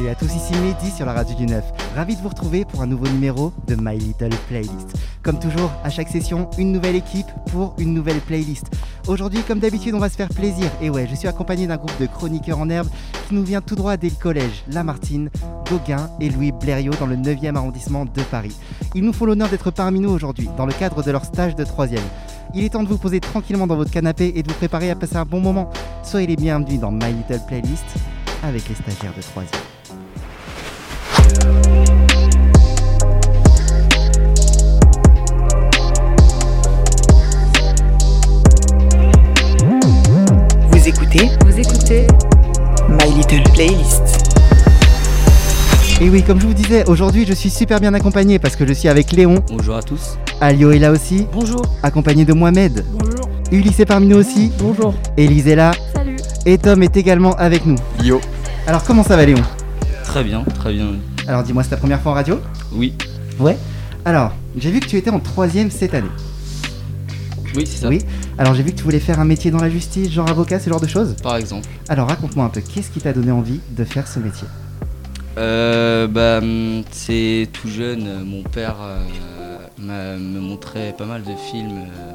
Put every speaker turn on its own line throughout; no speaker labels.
et à tous ici midi sur la radio du 9. Ravi de vous retrouver pour un nouveau numéro de My Little Playlist. Comme toujours, à chaque session, une nouvelle équipe pour une nouvelle playlist. Aujourd'hui, comme d'habitude, on va se faire plaisir. Et ouais, je suis accompagné d'un groupe de chroniqueurs en herbe qui nous vient tout droit dès le collège Lamartine, Gauguin et Louis Blériot dans le 9e arrondissement de Paris. Ils nous font l'honneur d'être parmi nous aujourd'hui, dans le cadre de leur stage de 3e. Il est temps de vous poser tranquillement dans votre canapé et de vous préparer à passer un bon moment. Soyez les bienvenus dans My Little Playlist avec les stagiaires de 3
Vous écoutez
Vous écoutez
My Little Playlist.
Et oui, comme je vous disais, aujourd'hui je suis super bien accompagné parce que je suis avec Léon,
Bonjour à tous.
Alio est là aussi,
Bonjour.
accompagné de Mohamed,
Bonjour.
Ulysse est parmi nous aussi,
Bonjour.
Élise est là
Salut.
et Tom est également avec nous.
Yo.
Alors comment ça va Léon
Très bien, très bien.
Alors dis-moi, c'est ta première fois en radio
Oui,
Alors, j'ai vu que tu étais en troisième cette année.
oui, c'est ça.
Oui. Alors j'ai vu que tu voulais faire un métier dans la justice, genre avocat, ce genre de choses.
Par exemple.
Alors raconte-moi un peu, qu'est-ce qui t'a donné envie de faire ce métier
Euh, bah, hum, c'est tout jeune. euh, Mon père euh, m'a- me montrait pas mal de films euh,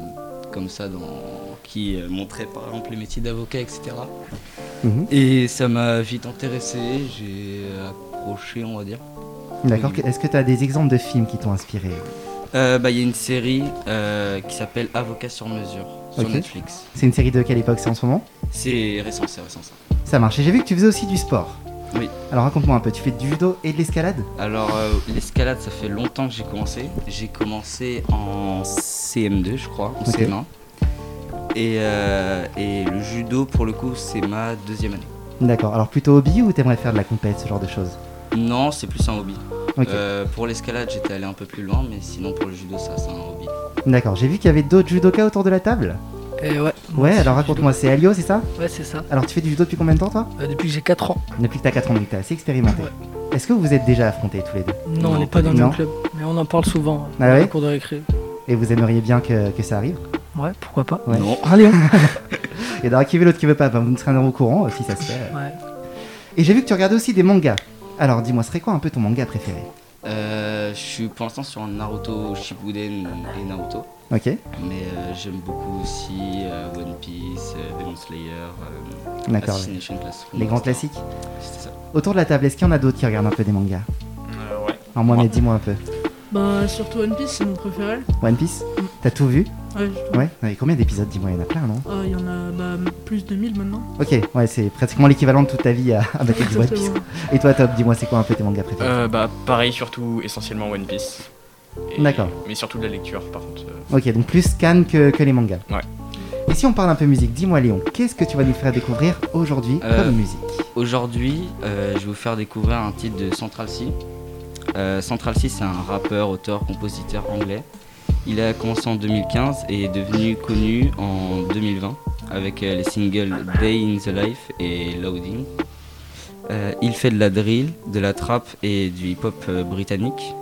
comme ça dans qui euh, montraient par exemple les métiers d'avocat, etc.
Mhm.
Et ça m'a vite intéressé. J'ai accroché, on va dire.
D'accord, que- est-ce que tu as des exemples de films qui t'ont inspiré
Euh, bah, il y a une série euh, qui s'appelle Avocat sur mesure sur
Ok.
Netflix.
C'est une série de quelle époque c'est en ce moment
C'est récent, c'est récent ça.
Ça marche. Et j'ai vu que tu faisais aussi du sport.
Oui. Alors,
Alors raconte-moi un peu, tu fais du judo et de l'escalade
euh, l'escalade, ça fait longtemps que j'ai commencé. J'ai commencé en CM2, je crois, en
Ok.
CM1. Et, euh, et le judo, pour le coup, c'est ma deuxième année.
D'accord. Alors plutôt hobby ou t'aimerais faire de la compète, ce genre de choses
Non, c'est plus un hobby.
Ok.
Euh, pour l'escalade, j'étais allé un peu plus loin, mais sinon pour le judo, ça, c'est un hobby.
D'accord. J'ai vu qu'il y avait d'autres judokas autour de la table.
Euh, ouais.
Ouais,
C'est
alors
du
raconte-moi, c'est Alio, c'est ça
judo. Ouais, c'est ça.
Alors tu fais du judo depuis combien de temps toi
Euh, depuis que j'ai 4 ans.
Depuis que t'as 4 ans, donc t'es assez expérimenté.
Ouais.
Est-ce que vous vous êtes déjà affrontés tous les deux
Non,
Non,
on n'est pas dans le
non.
même club. Mais on en parle souvent.
Ah
euh,
ouais
au cours de récré.
Et vous aimeriez bien que, que ça arrive
Ouais, pourquoi pas.
Ouais.
Non.
Allez, hein. on.
Il y en a un qui veut, l'autre qui veut pas, ben, vous ne serez au courant euh, si ça se fait.
Ouais.
Et j'ai vu que tu regardais aussi des mangas. Alors dis-moi, ce serait quoi un peu ton manga préféré
Euh, je suis pour l'instant sur Naruto Shippuden et Naruto.
Ok,
Mais euh, j'aime beaucoup aussi euh, One Piece, euh, Demon Slayer, euh,
Ah,
d'accord. ouais.
Assassination Classroom.
Les grands
etc.
classiques
C'est ça.
Autour de la table, est-ce qu'il y en a d'autres qui regardent un peu des mangas
Euh, ouais.
Alors moi, mais dis-moi un peu.
Bah surtout One Piece c'est mon préféré.
One Piece T'as tout vu
Ouais, je trouve.
Ouais. Et combien d'épisodes Dis-moi, il y en a plein, non
Ah, il y en a bah, plus de 1000 maintenant.
Ok, ouais, c'est pratiquement l'équivalent de toute ta vie à, à battre du One Piece.
Exactement.
Et toi, Top, dis-moi, c'est quoi un peu tes mangas préférés
Euh, bah pareil surtout essentiellement One Piece. Et-
D'accord.
Mais surtout de la lecture par contre. euh.
Ok, donc plus Cannes que, que les mangas.
Ouais.
Et si on parle un peu musique, dis-moi, Léon, qu'est-ce que tu vas nous faire découvrir aujourd'hui
Euh,
comme musique
Aujourd'hui, euh, je vais vous faire découvrir un titre de Central C. Euh, Central C, c'est un rappeur, auteur, compositeur anglais. Il a commencé en 2015 et est devenu connu en 2020 avec euh, les singles Day in the Life et Loading. Euh, il fait de la drill, de la trap et du hip-hop euh, britannique.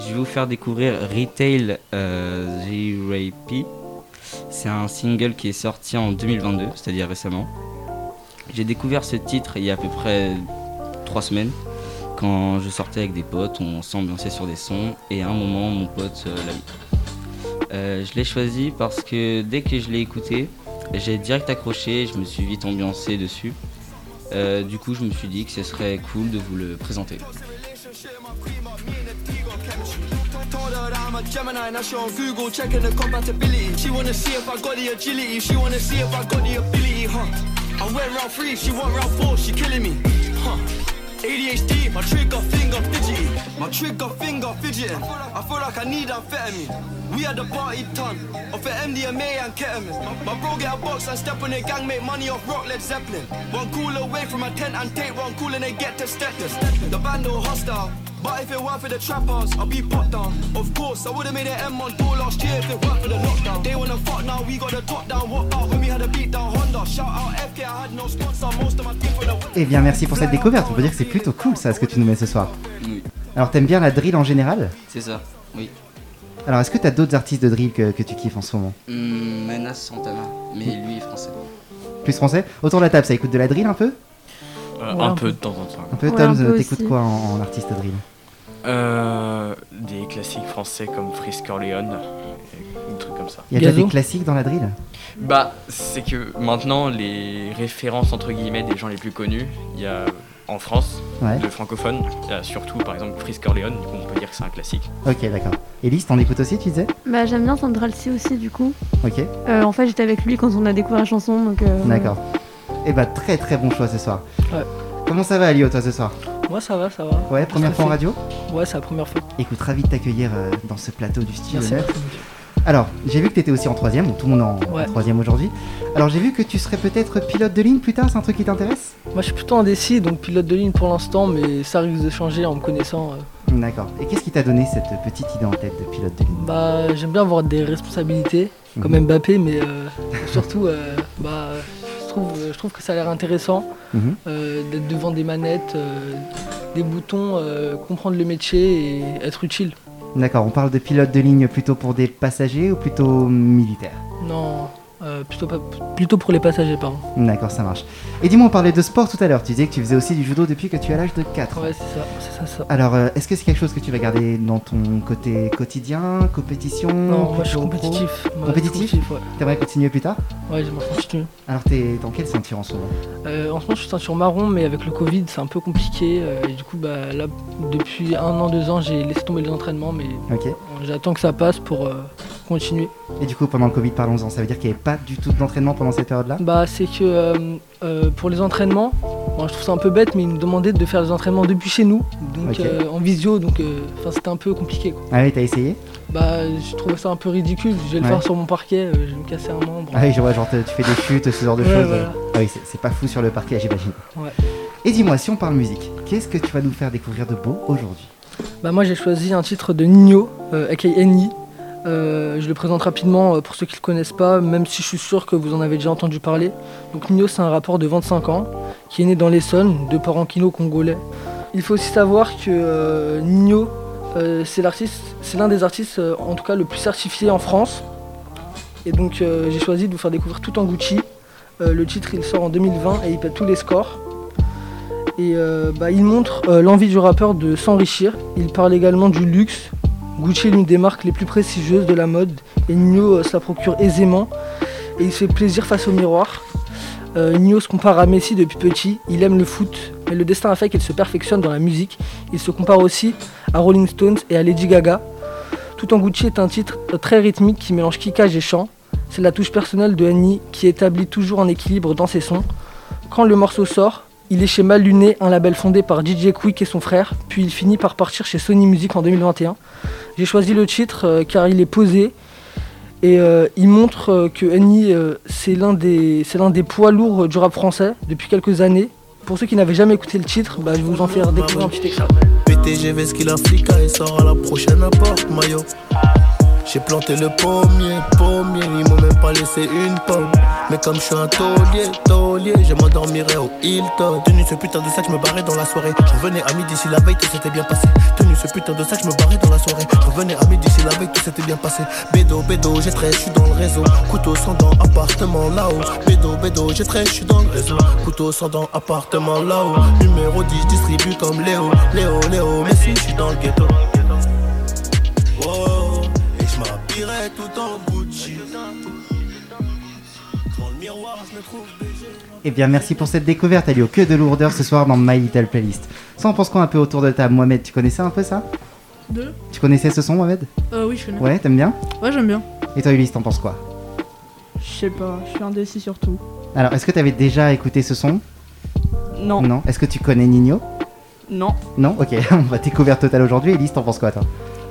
Je vais vous faire découvrir Retail euh, ZRP. C'est un single qui est sorti en 2022, c'est-à-dire récemment. J'ai découvert ce titre il y a à peu près trois semaines. Quand je sortais avec des potes, on s'ambiançait sur des sons et à un moment, mon pote euh, l'a mis. Euh, je l'ai choisi parce que dès que je l'ai écouté, j'ai direct accroché, je me suis vite ambiancé dessus. Euh, du coup, je me suis dit que ce serait cool de vous le présenter.
Told her that I'm a Gemini, now she on Google checking the compatibility. She wanna see if I got the agility, she wanna see if I got the ability, huh? I went round three, she went round four, she killing me, huh? ADHD, my trigger finger fidgety, my trigger finger fidgeting. I feel like I need amphetamine. We had the party ton off the MDMA and ketamine. My bro get a box and step on the gang, make money off rock Led Zeppelin. One call away from a tent and take one call and they get to step The band all hostile. But if it weren't for the trappers, I'd be popped down. Of course, I would've made an M1 door last year if it weren't for the lockdown. They wanna fuck now, we got the top down. What out when we had a beat down Honda? Shout out FK, I had no sponsor. Most of my team for the
Eh bien, merci pour cette découverte. On peut dire que c'est plutôt cool, ça, ce que tu nous mets ce soir.
Mm.
Oui,
Alors, t'aimes bien la drill en général
c'est ça. Oui.
Alors, est-ce que t'as d'autres artistes de drill que, que tu kiffes en ce moment
Hum, Menas Santana, mais lui est français.
Plus français Autour de la table, ça écoute de la drill un peu
Euh, Euh,
Ouais,
un
un
peu
peu.
de temps en temps.
Un peu,
Ouais,
Tom,
un peu
t'écoutes
aussi.
quoi en, en artiste drill
Euh, des classiques français comme Frisk Corleone, et des trucs comme ça.
Il y a déjà
Gazo
des classiques dans la drill
Bah, c'est que maintenant, les références entre guillemets des gens les plus connus, il y a en France,
Ouais.
de francophones, il y a surtout par exemple Frisk Corleone, du coup, on peut dire que c'est un classique.
Ok, d'accord. Elise, t'en écoutes aussi, tu disais
Bah, j'aime bien Sandralsi aussi, du coup.
Ok,
Euh, en fait, j'étais avec lui quand on a découvert la chanson, donc. euh,
d'accord. Eh bah, très très bon choix ce soir.
Ouais.
Comment ça va, Alio, toi, ce soir
Moi, ça va, ça va.
Ouais, première
Tout à
fois en
fait.
radio
Ouais, c'est la première fois.
Écoute, ravi de t'accueillir euh, dans ce plateau du studio.
Merci.
Neuf. Alors, j'ai vu que t'étais aussi en troisième, donc tout le monde en, en
Ouais.
troisième aujourd'hui. Alors, j'ai vu que tu serais peut-être pilote de ligne plus tard, c'est un truc qui t'intéresse
Moi, je suis plutôt indécis, donc pilote de ligne pour l'instant, mais ça risque de changer en me connaissant. euh.
D'accord. Et qu'est-ce qui t'a donné cette petite idée en tête de pilote de ligne
Bah, j'aime bien avoir des responsabilités,
Mhm.
comme Mbappé, mais euh, surtout, euh, bah, je trouve, je trouve que ça a l'air intéressant
Mhm.
euh, d'être devant des manettes, euh, des boutons, euh, comprendre le métier et être utile.
D'accord, on parle de pilote de ligne plutôt pour des passagers ou plutôt militaires
Non, euh, plutôt, pas, plutôt pour les passagers, pardon.
D'accord, ça marche. Et dis-moi, on parlait de sport tout à l'heure, tu disais que tu faisais aussi du judo depuis que tu as l'âge de 4 ans.
Ouais, c'est ça, c'est ça, c'est ça.
Alors, euh, est-ce que c'est quelque chose que tu vas garder dans ton côté quotidien, compétition
Non, moi je suis
plutôt pro
compétitif. Moi,
Compétitif
Ouais,
T'aimerais continuer plus tard
ouais j'aimerais continuer.
Alors, t'es dans quelle ceinture en ce moment
Euh, en ce moment, je suis ceinture marron, mais avec le Covid, c'est un peu compliqué. euh, et du coup, bah, là, depuis un an, deux ans, j'ai laissé tomber les entraînements, mais
Ok.
j'attends que ça passe pour euh, continuer.
Et du coup, pendant le Covid, parlons-en. Ça veut dire qu'il n'y avait pas du tout d'entraînement pendant cette période-là
Bah, c'est que euh, euh, pour les entraînements, bon, je trouve ça un peu bête, mais ils nous demandaient de faire les entraînements depuis chez nous, donc
Ok.
euh, en visio, donc euh, 'fin, c'était un peu compliqué. Quoi.
Ah oui, t'as essayé
Bah, je trouvais ça un peu ridicule. Je vais le
Ouais.
faire sur mon parquet, euh, je vais me casser un membre.
Ah oui, je vois, genre te- tu fais des chutes, ce genre de
Ouais,
choses.
voilà.
Ah oui, c'est- c'est pas fou sur le parquet, j'imagine.
Ouais.
Et dis-moi, si on parle musique, qu'est-ce que tu vas nous faire découvrir de beau aujourd'hui
Bah moi j'ai choisi un titre de Nino, euh, aka N.I. Euh, je le présente rapidement euh, pour ceux qui le connaissent pas, même si je suis sûr que vous en avez déjà entendu parler. Donc Nino c'est un rappeur de 25 ans qui est né dans l'Essonne, de parents kino congolais. Il faut aussi savoir que euh, Nino euh, c'est l'artiste, c'est l'un des artistes euh, en tout cas le plus certifié en France. Et donc euh, j'ai choisi de vous faire découvrir tout en Gucci. Euh, le titre il sort en 2020 et il pète tous les scores et euh, bah, il montre euh, l'envie du rappeur de s'enrichir. Il parle également du luxe. Gucci est l'une des marques les plus prestigieuses de la mode et Nino euh, se la procure aisément et il se fait plaisir face au miroir. Euh, Nino se compare à Messi depuis petit, il aime le foot, mais le destin a fait qu'il se perfectionne dans la musique. Il se compare aussi à Rolling Stones et à Lady Gaga. Tout en Gucci est un titre euh, très rythmique qui mélange kickage et chant. C'est la touche personnelle de Annie qui établit toujours un équilibre dans ses sons. Quand le morceau sort, il est chez Maluné, un label fondé par DJ Quick et son frère, puis il finit par partir chez Sony Music en 2021. J'ai choisi le titre euh, car il est posé et euh, il montre euh, que Annie, euh, c'est l'un des, c'est l'un des poids lourds euh, du rap français depuis quelques années. Pour ceux qui n'avaient jamais écouté le titre, bah, je vais vous en faire découvrir un petit extrait.
BTGV ce qu'il a flic il sort à la prochaine à porte maillot J'ai planté le pommier, pommier, ils m'ont même pas laissé une pomme Mais comme je suis un taulier, taulier, je m'endormirai au Hilton Tenu ce putain de sac, je me barrais dans la soirée Je revenais à midi si la veille tout s'était bien passé Tenu ce putain de sac, je me barrais dans la soirée Je revenais à midi si la veille tout s'était bien passé Bédo, bédo, j'ai très, je suis dans le réseau Couteau sans dents, appartement là-haut Bédo, bédo, j'ai très, je suis dans le réseau Couteau sans dents, appartement là-haut Numéro 10, distribue comme Léo Léo, Léo, mais si je suis dans le ghetto Oh, et je m'habillerai tout en Gucci Dans le miroir, je me trouve BG
Eh bien, merci pour cette découverte, Alio. Que de lourdeur ce soir dans My Little Playlist. Ça, on pense quoi un peu autour de table Mohamed, tu connaissais un peu ça
Deux
Tu connaissais ce son, Mohamed
Euh, oui, je connais.
Ouais, t'aimes bien
Ouais, j'aime bien.
Et toi, Ulysse, t'en penses quoi
Je sais pas, je suis indécis surtout.
Alors, est-ce que t'avais déjà écouté ce son
Non,
Non. Est-ce que tu connais Nino
non.
Non Ok, on va découvrir total aujourd'hui. Elise, t'en penses quoi, toi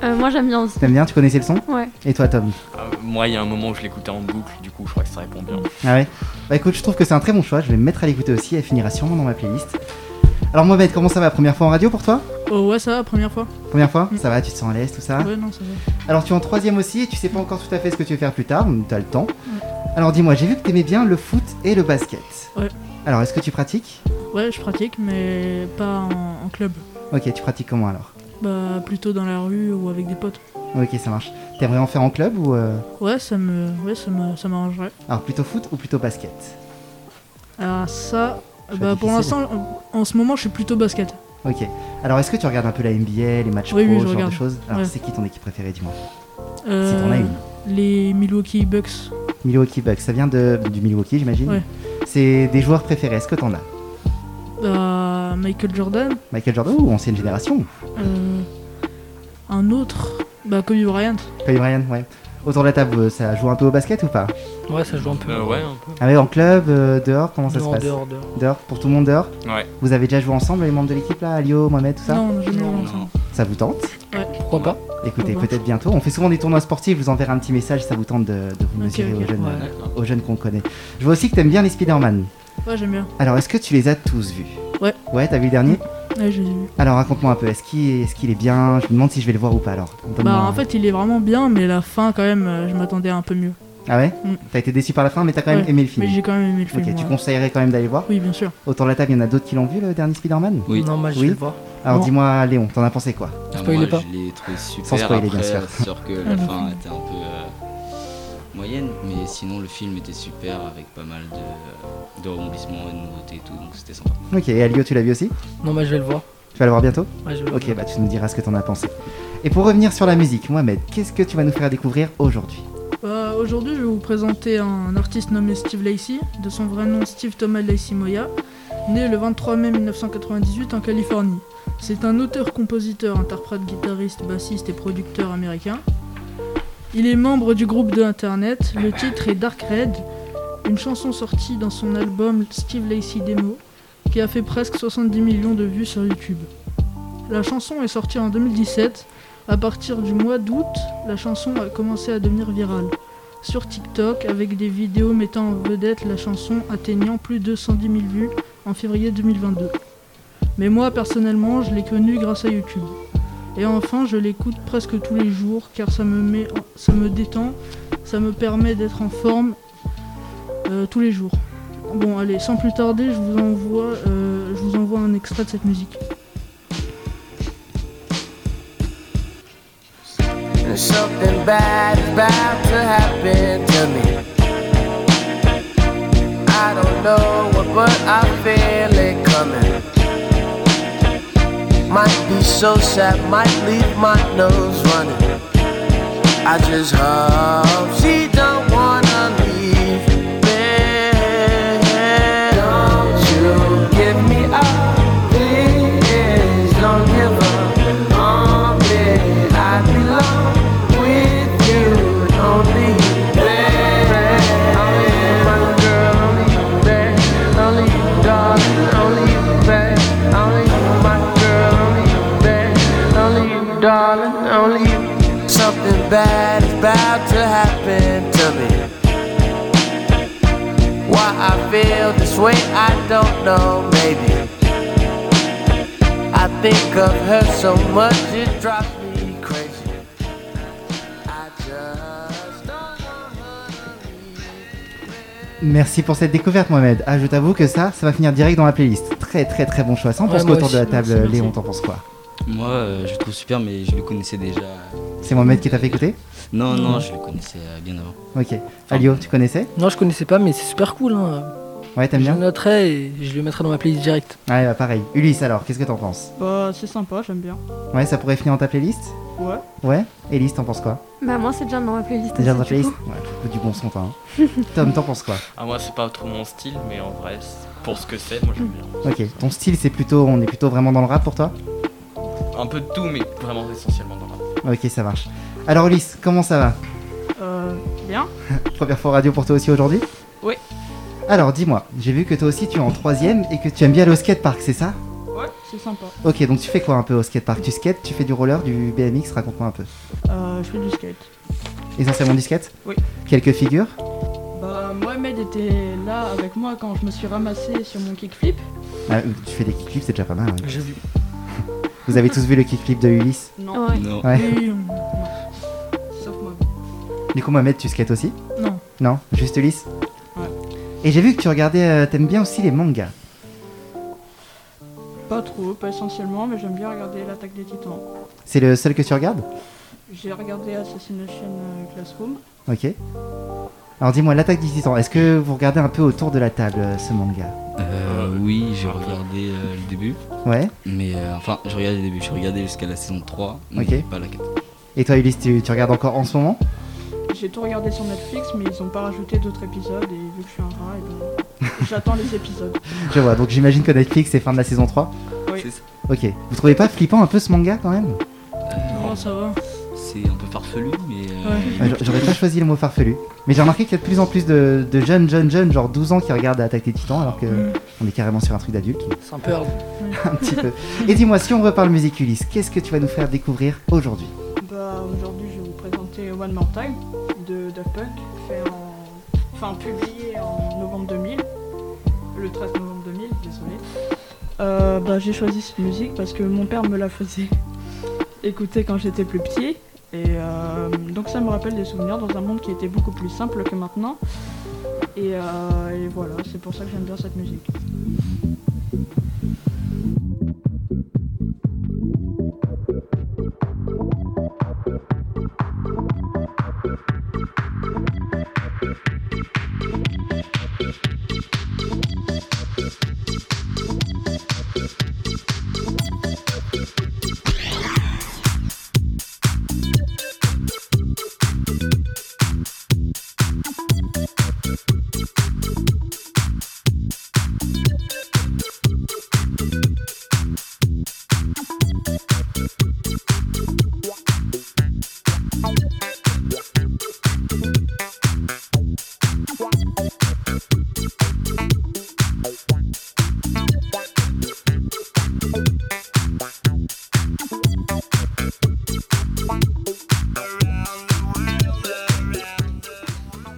euh, moi, j'aime bien aussi.
T'aimes bien Tu connaissais le son
Ouais.
Et toi, Tom
Euh, moi, il y a un moment où je l'écoutais en boucle, du coup, je crois que ça répond bien.
Ah ouais Bah écoute, je trouve que c'est un très bon choix. Je vais me mettre à l'écouter aussi. Elle finira sûrement dans ma playlist. Alors, Mohamed, comment ça va Première fois en radio pour toi
Oh, ouais, ça va, première fois.
Première fois
Mm.
Ça va Tu te sens à l'aise, tout ça
Ouais, non, ça va.
Alors tu es en troisième aussi et tu sais pas encore tout à fait ce que tu veux faire plus tard, mais t'as le temps. Alors dis-moi, j'ai vu que t'aimais bien le foot et le basket.
Ouais.
Alors est-ce que tu pratiques
Ouais, je pratique, mais pas en, en club.
Ok, tu pratiques comment alors
Bah, plutôt dans la rue ou avec des potes.
Ok, ça marche. T'aimerais en faire en club ou... euh,
Ouais, ça me, ouais, ça me, ça m'arrangerait.
Alors plutôt foot ou plutôt basket
Alors ça, Euh,
Choix
Bah, pour
difficile.
l'instant, en, en ce moment, je suis plutôt basket.
Ok. Alors, est-ce que tu regardes un peu la NBA, les matchs
Oui,
pro,
oui, je
ce genre
regarde.
de choses Alors,
Ouais.
c'est qui ton équipe préférée, dis-moi
Euh,
Si t'en as une.
Les Milwaukee Bucks.
Milwaukee Bucks. Ça vient de, du Milwaukee, j'imagine
Ouais.
C'est des joueurs préférés. Est-ce que t'en as
Euh, Michael Jordan.
Michael Jordan ou ancienne génération
Euh, un autre. Bah, Kobe Bryant.
Kobe Bryant, ouais. Autour de la table, euh, ça joue un peu au basket ou pas
Ouais, ça joue un peu.
Euh, ouais, un peu.
Ah ouais, en club, euh, dehors, comment ça se
Dehors,
passe
dehors, dehors.
pour tout le monde dehors
Ouais.
Vous avez déjà joué ensemble, les membres de l'équipe là Alio, Mohamed, tout ça
Non, je
Non,
non,
non.
Ça vous tente
Pourquoi pas
Écoutez,
Au revoir.
peut-être bientôt. On fait souvent des tournois sportifs, je vous enverrai un petit message si ça vous tente de, de vous
Ok,
mesurer
ok.
aux jeunes,
Ouais.
euh, aux jeunes qu'on connaît. Je vois aussi que t'aimes bien les Spider-Man.
Ouais, j'aime bien.
Alors, est-ce que tu les as tous vus
Ouais.
Ouais, t'as vu le dernier
Ouais, je les ai vus.
Alors, raconte-moi un peu, est-ce qu'il est, qu'il est bien Je me demande si je vais le voir ou pas hein. alors. Donne-moi
Bah,
un-
en fait, il est vraiment bien, mais la fin, quand même, euh, je m'attendais à un peu mieux.
Ah ouais
Mm.
T'as été déçu par la fin, mais t'as quand même
Ouais,
aimé le film.
Mais j'ai quand même aimé le
Ok,
film.
tu
ouais.
conseillerais quand même d'aller voir
Oui, bien sûr.
Autour de la table, il y en a d'autres qui l'ont vu le dernier Spider-Man
Oui.
Non, moi je
Oui.
vais le voir.
Alors
Non.
dis-moi, Léon, t'en as pensé quoi
Ah,
Spoilez
moi,
pas.
Je l'ai trouvé super.
Sans spoiler, bien
Après,
sûr.
c'est sûr que la
le
fin était un peu euh, moyenne, mais sinon le film était super avec pas mal de, de rebondissements et de nouveautés et tout, donc c'était sympa.
Ok, et Alio, tu l'as vu aussi
Non, moi je vais le voir.
Tu vas le voir bientôt
Ouais, je vais le
Ok,
voir.
bah tu nous diras ce que t'en as pensé. Et pour revenir sur la musique, Mohamed, qu'est-ce que tu vas nous faire découvrir aujourd'hui
Bah, Aujourd'hui, je vais vous présenter un artiste nommé Steve Lacey, de son vrai nom Steve Thomas Lacey Moya, né le 23 mai 1998 en Californie. C'est un auteur, compositeur, interprète, guitariste, bassiste et producteur américain. Il est membre du groupe de internet. Le titre est Dark Red, une chanson sortie dans son album Steve Lacey Demo, qui a fait presque 70 millions de vues sur YouTube. La chanson est sortie en 2017 à partir du mois d'août, la chanson a commencé à devenir virale. Sur TikTok, avec des vidéos mettant en vedette la chanson atteignant plus de 110 000 vues en février 2022. Mais moi, personnellement, je l'ai connue grâce à YouTube. Et enfin, je l'écoute presque tous les jours car ça me, met en- ça me détend, ça me permet d'être en forme euh, tous les jours. Bon, allez, sans plus tarder, je vous envoie, euh, je vous envoie un extrait de cette musique.
There's something bad about to happen to me. I don't know what, but I feel it coming. Might be so sad, might leave my nose running. I just hope she don't wanna leave me. Don't you give me up, please. Don't give up on me. I belong with you, only you. babe. Only you, my girl, only you, babe. Only you, darling, only you, babe. Only you, my girl, only you, babe. Only you, darling, only you. Something bad is about to happen to me. Why I feel this way, I don't know, maybe. I think of her so much, it drives me crazy. I just don't know her to
Merci pour cette découverte, Mohamed. Ah, je t'avoue que ça, ça va finir direct dans la playlist. Très, très, très bon choix. Sans
Ouais,
penser
moi
autour de la
aussi,
table,
merci, merci.
Léon, t'en penses quoi
Moi, euh, je le trouve super, mais je le connaissais déjà.
C'est Mohamed qui t'a fait écouter
Non, non, je le connaissais euh, bien avant.
Ok. Alio, Ah, tu connaissais
Non, je connaissais pas, mais c'est super cool. Hein.
Ouais, t'aimes
Je le
bien
noterai et je le mettrai dans ma playlist direct.
Ouais, bah pareil. Ulysse, alors, qu'est-ce que t'en penses
Bah, c'est sympa, j'aime bien.
Ouais, ça pourrait finir dans ta playlist
Ouais.
Ouais Élise, t'en penses quoi
Bah, moi, c'est déjà dans ma playlist.
Déjà dans ta
aussi,
playlist
du
Ouais, faut du bon son, toi. hein. Tom, t'en penses quoi
Ah, moi, c'est pas trop mon style, mais en vrai, c'est- pour ce que c'est, moi j'aime bien.
Ok. Ton style, c'est plutôt. On est plutôt vraiment dans le rap pour toi
Un peu de tout, mais vraiment essentiellement dans le rap.
Ok, ça marche. Alors, Ulysse, comment ça va
Euh, bien.
Première fois radio pour toi aussi aujourd'hui
Oui.
Alors dis-moi, j'ai vu que toi aussi tu es en troisième et que tu aimes bien aller au skatepark, c'est ça
Ouais, c'est sympa.
Ok, donc tu fais quoi un peu au skatepark Tu skates, tu fais du roller, du BMX, raconte-moi un peu.
Euh, je fais du skate.
Essentiellement du skate
Oui.
Quelques figures
Bah, Mohamed était là avec moi quand je me suis ramassée sur mon kickflip.
Ah, Tu fais des kickflips, c'est déjà pas mal. hein.
J'ai vu.
Vous avez tous vu le kickflip de Ulysse
coup.
Non,
Ouais.
Non.
Ouais.
Et, euh,
sauf moi.
Du coup, Mohamed, tu skates aussi
Non.
Non Juste Ulysse
Ouais.
Et j'ai vu que tu regardais, euh, t'aimes bien aussi les mangas.
Pas trop, pas essentiellement, mais j'aime bien regarder l'attaque des titans.
C'est le seul que tu regardes
J'ai regardé Assassination euh, Classroom.
Ok. Alors dis-moi, l'attaque des titans, est-ce que vous regardez un peu autour de la table euh, ce manga
Euh, Oui, j'ai regardé euh, le début.
Ouais.
Mais euh, enfin, j'ai regardé le début, j'ai regardé jusqu'à la saison 3, mais
Ok.
pas la 4.
Et toi, Ulysse, tu, tu regardes encore en ce moment
J'ai tout regardé sur Netflix, mais ils ont pas rajouté d'autres épisodes, et vu que je suis un rat, eh ben, j'attends les épisodes.
Je vois, donc j'imagine que Netflix, c'est fin de la saison 3.
Oui.
C'est ça.
Ok. Vous trouvez pas flippant un peu ce manga quand même
Oh, ça va.
C'est un peu farfelu, mais. euh,
Ouais.
il est
Ouais, Ah, j'a- J'aurais pas choisi le mot farfelu. Mais j'ai remarqué qu'il y a de plus en plus de, de jeunes, jeunes, jeunes, genre 12 ans qui regardent Attaque des Titans, alors que on est carrément sur un truc d'adulte.
C'est un peu hard.
Un petit peu. Et dis-moi, si on reparle musique Ulysse, qu'est-ce que tu vas nous faire découvrir aujourd'hui
Bah, aujourd'hui, je vais vous présenter One More Time de Daft Punk, fait en... enfin, publié en novembre 2000, le 13 novembre 2000, désolé. Euh, bah, j'ai choisi cette musique parce que mon père me la faisait écouter quand j'étais plus petit. Et euh, donc ça me rappelle des souvenirs dans un monde qui était beaucoup plus simple que maintenant. Et, euh, et voilà, c'est pour ça que j'aime bien cette musique.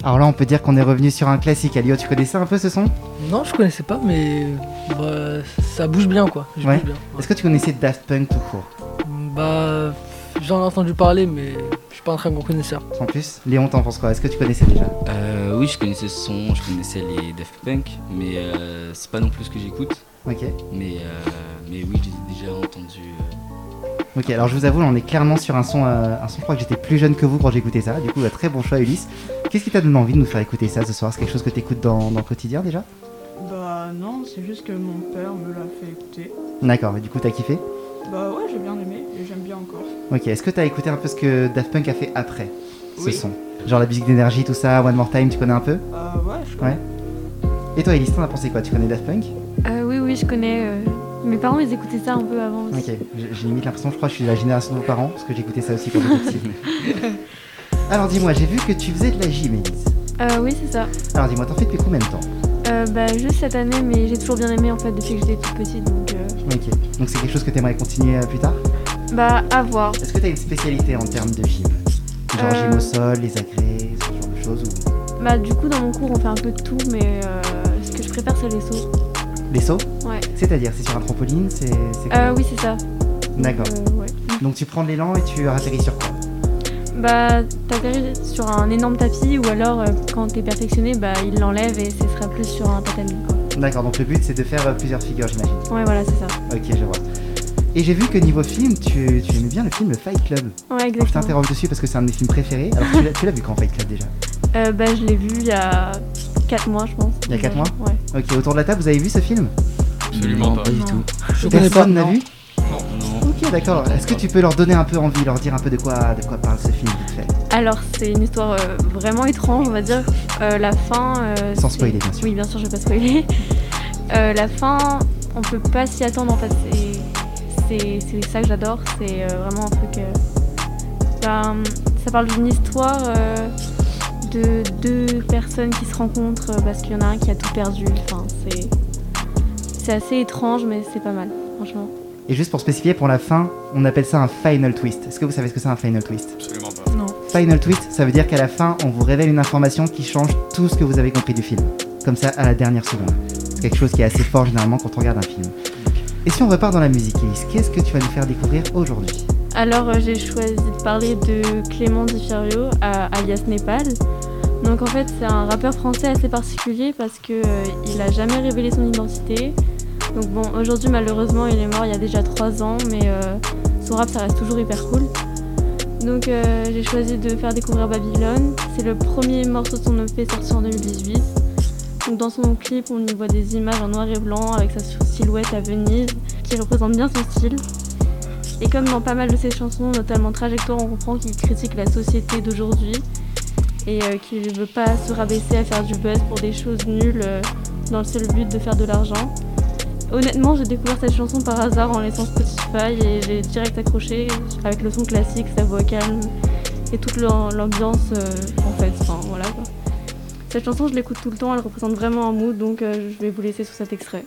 Alors là, on peut dire qu'on est revenu sur un classique. Alio, tu connaissais un peu ce son
Non, je connaissais pas, mais bah, ça bouge bien quoi. Je
Ouais.
bouge bien.
Est-ce que tu connaissais Daft Punk tout court
Bah, j'en ai entendu parler, mais je suis pas un très bon connaisseur.
Sans plus Léon, t'en penses quoi Est-ce que tu connaissais déjà
Euh, oui, je connaissais ce son, je connaissais les Daft Punk, mais euh, c'est pas non plus ce que j'écoute.
Ok.
Mais, euh, mais oui, j'ai déjà entendu. euh,
Ok, alors je vous avoue, on est clairement sur un son, euh, un son, je crois que j'étais plus jeune que vous quand j'écoutais ça. Du coup, euh, très bon choix, Ulysse. Qu'est-ce qui t'a donné envie de nous faire écouter ça ce soir C'est quelque chose que t'écoutes dans, dans le quotidien déjà
Bah non, c'est juste que mon père me l'a fait écouter.
D'accord, et du coup, t'as kiffé
Bah ouais, j'ai bien aimé et j'aime bien encore.
Ok, est-ce que t'as écouté un peu ce que Daft Punk a fait après ce
Oui.
son Genre la musique d'énergie, tout ça, One More Time, tu connais un peu
Euh, ouais, je
Ouais. Et toi, Ulysse, t'en as pensé quoi Tu connais Daft Punk
Euh, oui, oui, je connais. euh, Mes parents, ils écoutaient ça un peu avant
Ok,
aussi.
j'ai j'ai limite l'impression, je crois que je suis de la génération de vos parents, parce que j'écoutais ça aussi quand j'étais petit. alors dis-moi, j'ai vu que tu faisais de la gym, Ulysse.
Euh, oui, c'est ça.
Alors dis-moi, t'en fais depuis combien de temps
Euh, bah, juste cette année, mais j'ai toujours bien aimé en fait depuis que j'étais toute petite. Donc, euh,
Ok, donc c'est quelque chose que t'aimerais continuer euh, plus tard
bah, à voir.
Est-ce que t'as une spécialité en termes de gym Genre
Euh.
gym au sol, les agrès, ce genre de choses ou...
Bah, du coup, dans mon cours, on fait un peu de tout, mais euh, ce que je préfère, c'est les sauts.
Les sauts
Ouais.
C'est-à-dire, c'est sur un trampoline, c'est... c'est
Euh,
quoi
oui, c'est ça.
D'accord.
Euh, ouais.
Donc tu prends de l'élan et tu atterris sur quoi
Bah, t'atterris sur un énorme tapis, ou alors, euh, quand t'es perfectionné, bah, il l'enlève et ce sera plus sur un tatami, quoi.
D'accord, donc le but c'est de faire euh, plusieurs figures, j'imagine.
Ouais, voilà, c'est ça.
Ok, je vois. Et j'ai vu que niveau film, tu, tu aimais bien le film Fight Club.
Ouais,
Alors, Oh, je
exactement.
t'interroge dessus parce que c'est un de mes films préférés. Alors tu l'as- tu l'as vu quand Fight Club déjà
Euh, bah, je l'ai vu il y a 4 mois, je pense.
Il y a quatre mois
Ouais.
Ok, autour de la table, vous avez vu ce film
Absolument
non,
Mmh.
pas.
du tout.
Je connais pas.
Personne n'a vu
Non.
Ok, d'accord. Est-ce que tu peux leur donner un peu envie, leur dire un peu de quoi, de quoi parle ce film vite fait
Alors, c'est une histoire euh, vraiment étrange, on va dire. Euh, la fin. euh,
Sans
c'est-
spoiler, bien sûr.
Oui, bien sûr, je vais pas spoiler. Euh, la fin, on peut pas s'y attendre en fait. C'est- C'est c'est ça que j'adore. C'est euh, vraiment un truc. euh, ben, ça parle d'une histoire euh, de deux personnes qui se rencontrent euh, parce qu'il y en a un qui a tout perdu. Enfin, c'est. C'est assez étrange, mais c'est pas mal, franchement.
Et juste pour spécifier, pour la fin, on appelle ça un final twist. Est-ce que vous savez ce que c'est un final twist
Absolument pas.
Non.
Final twist, ça veut dire qu'à la fin, on vous révèle une information qui change tout ce que vous avez compris du film. Comme ça, à la dernière seconde. C'est quelque chose qui est assez fort généralement quand on regarde un film. Et si on repart dans la musique, Elise, qu'est-ce que tu vas nous faire découvrir aujourd'hui
Alors euh, j'ai choisi de parler de Clément Di Ferrio, à- alias Népal. Donc en fait c'est un rappeur français assez particulier parce que euh, il a jamais révélé son identité. Donc bon aujourd'hui malheureusement il est mort il y a déjà 3 ans mais euh, son rap ça reste toujours hyper cool. Donc euh, j'ai E choisi de faire découvrir Babylone. C'est le premier morceau de son EP sorti en 2018. Donc dans son clip, on y voit des images en noir et blanc avec sa silhouette à Venise qui représente bien son style. Et comme dans pas mal de ses chansons, notamment Trajectoire, on comprend qu'il critique la société d'aujourd'hui et euh, qu'il ne veut pas se rabaisser à faire du buzz pour des choses nulles euh, dans le seul but de faire de l'argent. Honnêtement, j'ai découvert cette chanson par hasard en laissant Spotify et j'ai direct accroché avec le son classique, sa voix calme et toute l'am- l'ambiance euh, en fait. Enfin, voilà quoi. Cette chanson, je l'écoute tout le temps, elle représente vraiment un mood, donc euh, je vais vous laisser sur cet extrait.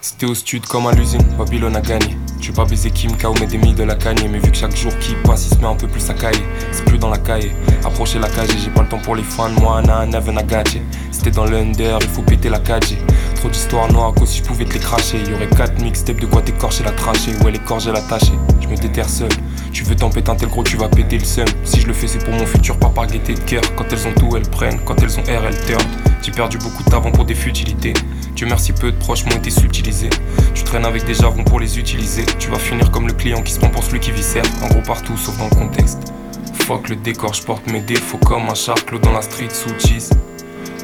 C'était au stud comme à l'usine, Babylone a gagné. Tu pas baiser Kim K.O. mais des milles de la cagne Mais vu que chaque jour qui passe, il se met un peu plus à cailler. C'est plus dans la caille. Approcher la cage, j'ai pas le temps pour les fans. Moi, na, neven, gadget. C'était dans l'under, il faut péter la cage. Trop d'histoires noires, qu'au si je pouvais te les cracher. Y aurait 4 mixtapes de quoi t'écorcher la trachée. Ouais, l'écorcher la tachée. Je me déterre seul. Tu veux t'empêter un tel gros, tu vas péter le seum. Si je le fais, c'est pour mon futur, pas par gaieté de cœur. Quand elles ont tout, elles prennent. Quand elles ont R, elles turn. J'ai perdu beaucoup de d'avant pour des futilités. Dieu merci, peu de proches m'ont été subtilisés. Tu traînes avec des jargons pour les utiliser. Tu vas finir comme le client qui se prend pour celui qui viscère. En gros, partout, sauf dans le contexte. Fuck le décor, je porte mes défauts comme un charclot dans la street sous cheese.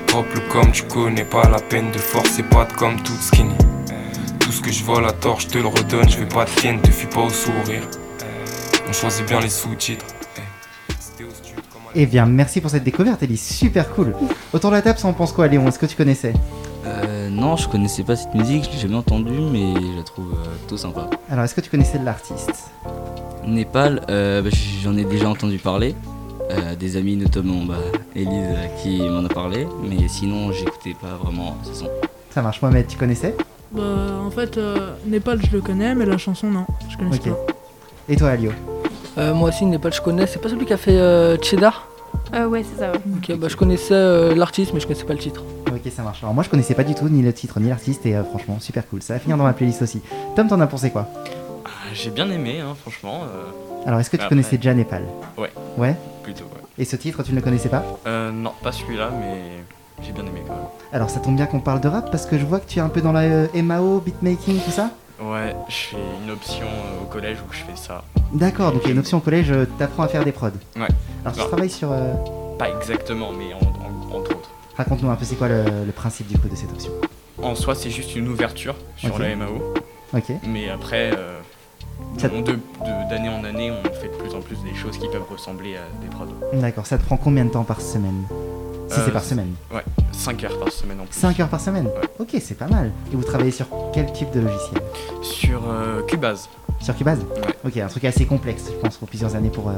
Drop le comme tu connais pas la peine de forcer, pas de comme toute skinny. Tout ce que je vole à tort, je te le redonne, je vais pas te ken, te fuis pas au sourire. Eh, On choisit bien les sous-titres.
Eh bien, merci pour cette découverte, elle est super cool. Autour de la table, ça en pense quoi, Léon Est-ce que tu connaissais
Euh, non, je connaissais pas cette musique, je l'ai jamais entendue, mais je la trouve euh, plutôt sympa.
Alors, est-ce que tu connaissais l'artiste
Népal, euh, bah, j'en ai déjà entendu parler. euh, des amis, notamment bah, Élise, euh, qui m'en a parlé, mais sinon, j'écoutais pas vraiment ce son.
Ça marche, Mohamed, tu connaissais
Bah, en fait, euh, Népal, je le connais, mais la chanson, non. Je connais
Ok. Et toi, Alio
Euh, moi aussi, Népal, je connais. C'est pas celui qui a fait euh, Cheddar
Euh, ouais, c'est ça, ouais.
Ok, bah je connaissais euh, l'artiste, mais je connaissais pas le titre.
Ok, ça marche. Alors, moi, je connaissais pas du tout ni le titre ni l'artiste, et euh, franchement, super cool. Ça va finir dans ma playlist aussi. Tom, t'en as pensé quoi
Ah, J'ai bien aimé, hein, franchement. euh.
Alors, est-ce que tu
Après-
connaissais déjà Népal
Ouais.
Ouais
Plutôt, ouais.
Et ce titre, tu ne le connaissais pas
Euh, non, pas celui-là, mais j'ai bien aimé quand même.
Alors, ça tombe bien qu'on parle de rap parce que je vois que tu es un peu dans la euh, MAO, beatmaking, tout ça
Ouais, je fais une option euh, au collège où je fais ça.
D'accord, donc il y a une option au collège, euh, t'apprends à faire des prods.
Ouais.
Alors, tu
Bah,
travailles sur. euh,
Pas exactement, mais en- en- entre autres.
Raconte-nous un peu, c'est quoi le, le principe du coup de cette option
En soi, c'est juste une ouverture sur
Ok.
la MAO.
Ok.
Mais après, euh,
Ça-
on- de- de- d'année en année, on fait de plus en plus des choses qui peuvent ressembler à des prods.
D'accord, ça te prend combien de temps par semaine Si
Euh,
c'est par semaine
Ouais, 5 heures par semaine en plus.
5 heures par semaine Ok, c'est pas mal. Et vous travaillez sur quel type de logiciel
Sur euh, Cubase.
Sur Cubase Ok, un truc assez complexe, je pense, pour plusieurs années pour. euh,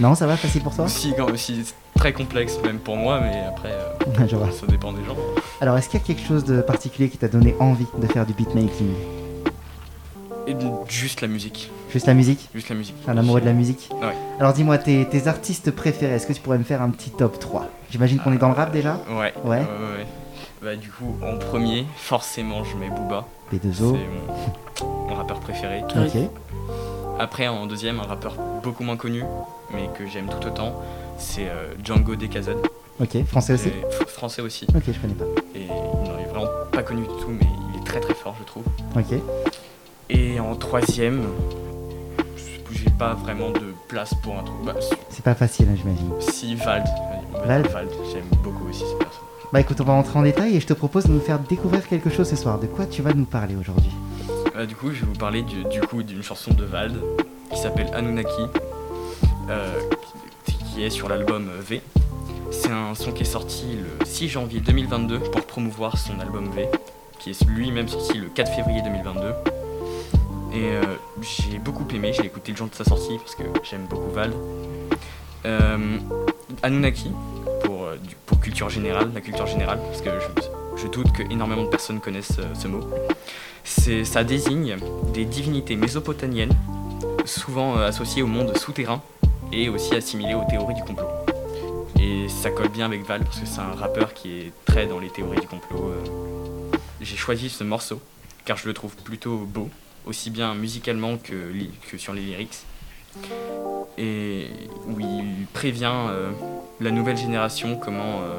Non, ça va, facile pour toi
Aussi, quand- aussi très complexe même pour moi, mais après, euh,
Je vois.
ça dépend des gens.
Alors, est-ce qu'il y a quelque chose de particulier qui t'a donné envie de faire du beatmaking
Et donc, juste la musique.
Juste la musique
Juste la musique.
Un amoureux de la musique
Ouais.
Alors, dis-moi, tes, tes artistes préférés, est-ce que tu pourrais me faire un petit top 3 J'imagine qu'on est dans le rap déjà
Ouais.
Ouais.
ouais. Bah du coup, en premier, forcément, je mets Booba.
B2O.
C'est mon, mon rappeur préféré.
Ok.
Après, en deuxième, un rappeur beaucoup moins connu, mais que j'aime tout autant, c'est euh, Django DKZ.
Ok, français aussi
Et fr- Français aussi.
Ok, je connais pas.
Et non, il est vraiment pas connu du tout, mais il est très très fort, je trouve.
Ok.
Et en troisième, je- j'ai pas vraiment de place pour un truc. Bah,
C'est pas facile, hein, j'imagine.
si Vald, on va
Vald
dire Vald, j'aime beaucoup aussi cette personne.
Bah écoute, on va rentrer en détail et je te propose de nous faire découvrir quelque chose ce soir. De quoi tu vas nous parler aujourd'hui
Euh, du coup, je vais vous parler du, du coup d'une chanson de Vald qui s'appelle Anunnaki, euh, qui, qui est sur l'album euh, V. C'est un son qui est sorti le 6 janvier 2022 pour promouvoir son album V, qui est lui-même sorti le 4 février 2022. Et euh, j'ai beaucoup aimé, j'ai écouté le jour de sa sortie parce que j'aime beaucoup Vald. Euh, Anunnaki, pour, euh, du- pour culture générale, la culture générale, parce que je, je doute que énormément de personnes connaissent euh, ce mot. C'est- ça désigne des divinités mésopotamiennes, souvent euh, associées au monde souterrain et aussi assimilées aux théories du complot. Et ça colle bien avec Val parce que c'est un rappeur qui est très dans les théories du complot. euh. J'ai choisi ce morceau car je le trouve plutôt beau, aussi bien musicalement que, li- que sur les lyrics. Et où il prévient euh, la nouvelle génération comment, euh,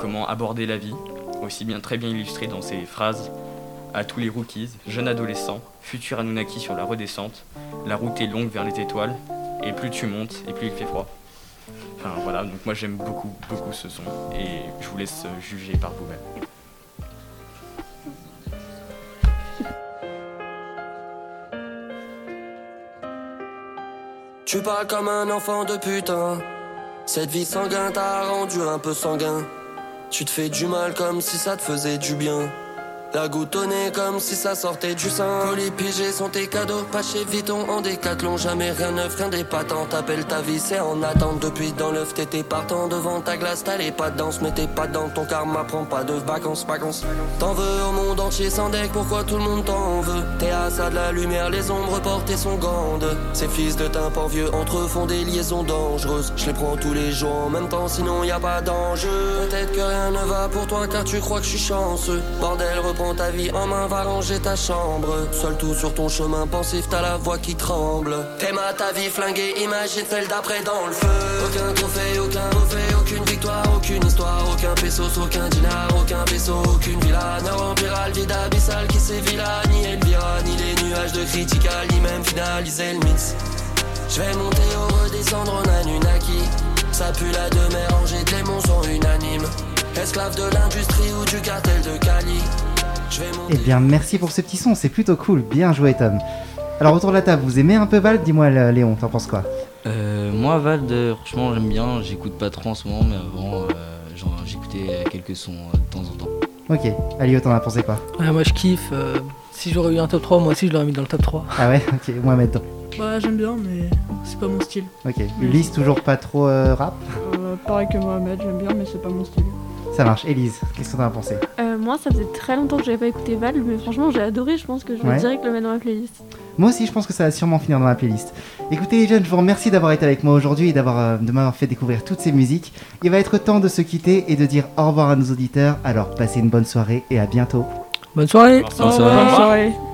comment aborder la vie, aussi bien très bien illustré dans ses phrases à tous les rookies, jeunes adolescents, futurs Anunnaki sur la redescente. La route est longue vers les étoiles, et plus tu montes, et plus il fait froid. Enfin voilà, donc moi j'aime beaucoup, beaucoup ce son, et je vous laisse euh, juger par vous-même.
Tu parles comme un enfant de putain. Cette vie sanguin t'a rendu un peu sanguin. Tu te fais du mal comme si ça te faisait du bien. La goutte au nez comme si ça sortait du sein. Colis pigés sont tes cadeaux. Pas chez Viton en décathlon. Jamais rien neuf, rien des patentes. T'appelles ta vie, c'est en attente. Depuis dans l'œuf, t'étais partant. Devant ta glace, t'as les pas de danse. Mais t'es pas dans ton karma. Prends pas de vacances, vacances. T'en veux au monde entier sans deck. Pourquoi tout le monde t'en veut T'es à ça de la lumière. Les ombres portées sont gandes. Ces fils de tympan vieux entre eux font des liaisons dangereuses. Je les prends tous les jours en même temps. Sinon y a pas d'enjeu. Peut-être que rien ne va pour toi car tu crois que je suis chanceux. Bordel, reprends ta vie en main, va ranger ta chambre. Seul tout sur ton chemin pensif, t'as la voix qui tremble. T'aimes à ta vie flinguée, imagine celle d'après dans le feu. Aucun trophée, aucun trophée, aucune victoire, aucune histoire, aucun pesos, aucun dinar, aucun peso, aucune villa. Nord empiral, vide abyssal qui sévit là, ni Elvira, ni les nuages de critical, ni même finaliser le mix. Je vais monter au redescendre en Anunnaki. Ça pue la demeure, des démons sont unanimes. Esclaves de l'industrie ou du cartel de Cali. Je vais monter.
Eh bien, merci pour ce petit son, c'est plutôt cool. Bien joué, Tom. Alors, autour de la table, vous aimez un peu Val Dis-moi, Lé- Léon, t'en penses quoi
Euh, moi, Vald, euh, franchement, j'aime bien. J'écoute pas trop en ce moment, mais avant, euh, genre, j'écoutais quelques sons euh, de temps en temps.
Ok, Alio, t'en as pensé quoi
Ouais, moi je kiffe. euh, si j'aurais eu un top 3, moi aussi je l'aurais mis dans le top 3.
Ah ouais Ok, moi maintenant.
Bah j'aime bien mais c'est pas mon style.
Ok, Ulysse, toujours pas trop euh, rap
Euh, pareil que Mohamed, j'aime bien, mais c'est pas mon style.
Ça marche. Élise, qu'est-ce que t'en as pensé
Euh, moi, ça faisait très longtemps que j'avais pas écouté Val, mais franchement, j'ai adoré. Je pense que je vais
Ouais.
direct le mettre dans ma playlist.
Moi aussi, je pense que ça va sûrement finir dans ma playlist. Écoutez les jeunes, je vous remercie d'avoir été avec moi aujourd'hui et d'avoir euh, de m'avoir fait découvrir toutes ces musiques. Il va être temps de se quitter et de dire au revoir à nos auditeurs. Alors, passez une bonne soirée et à bientôt.
Bonne soirée
Ah,
Bonne soirée. Bonne soirée.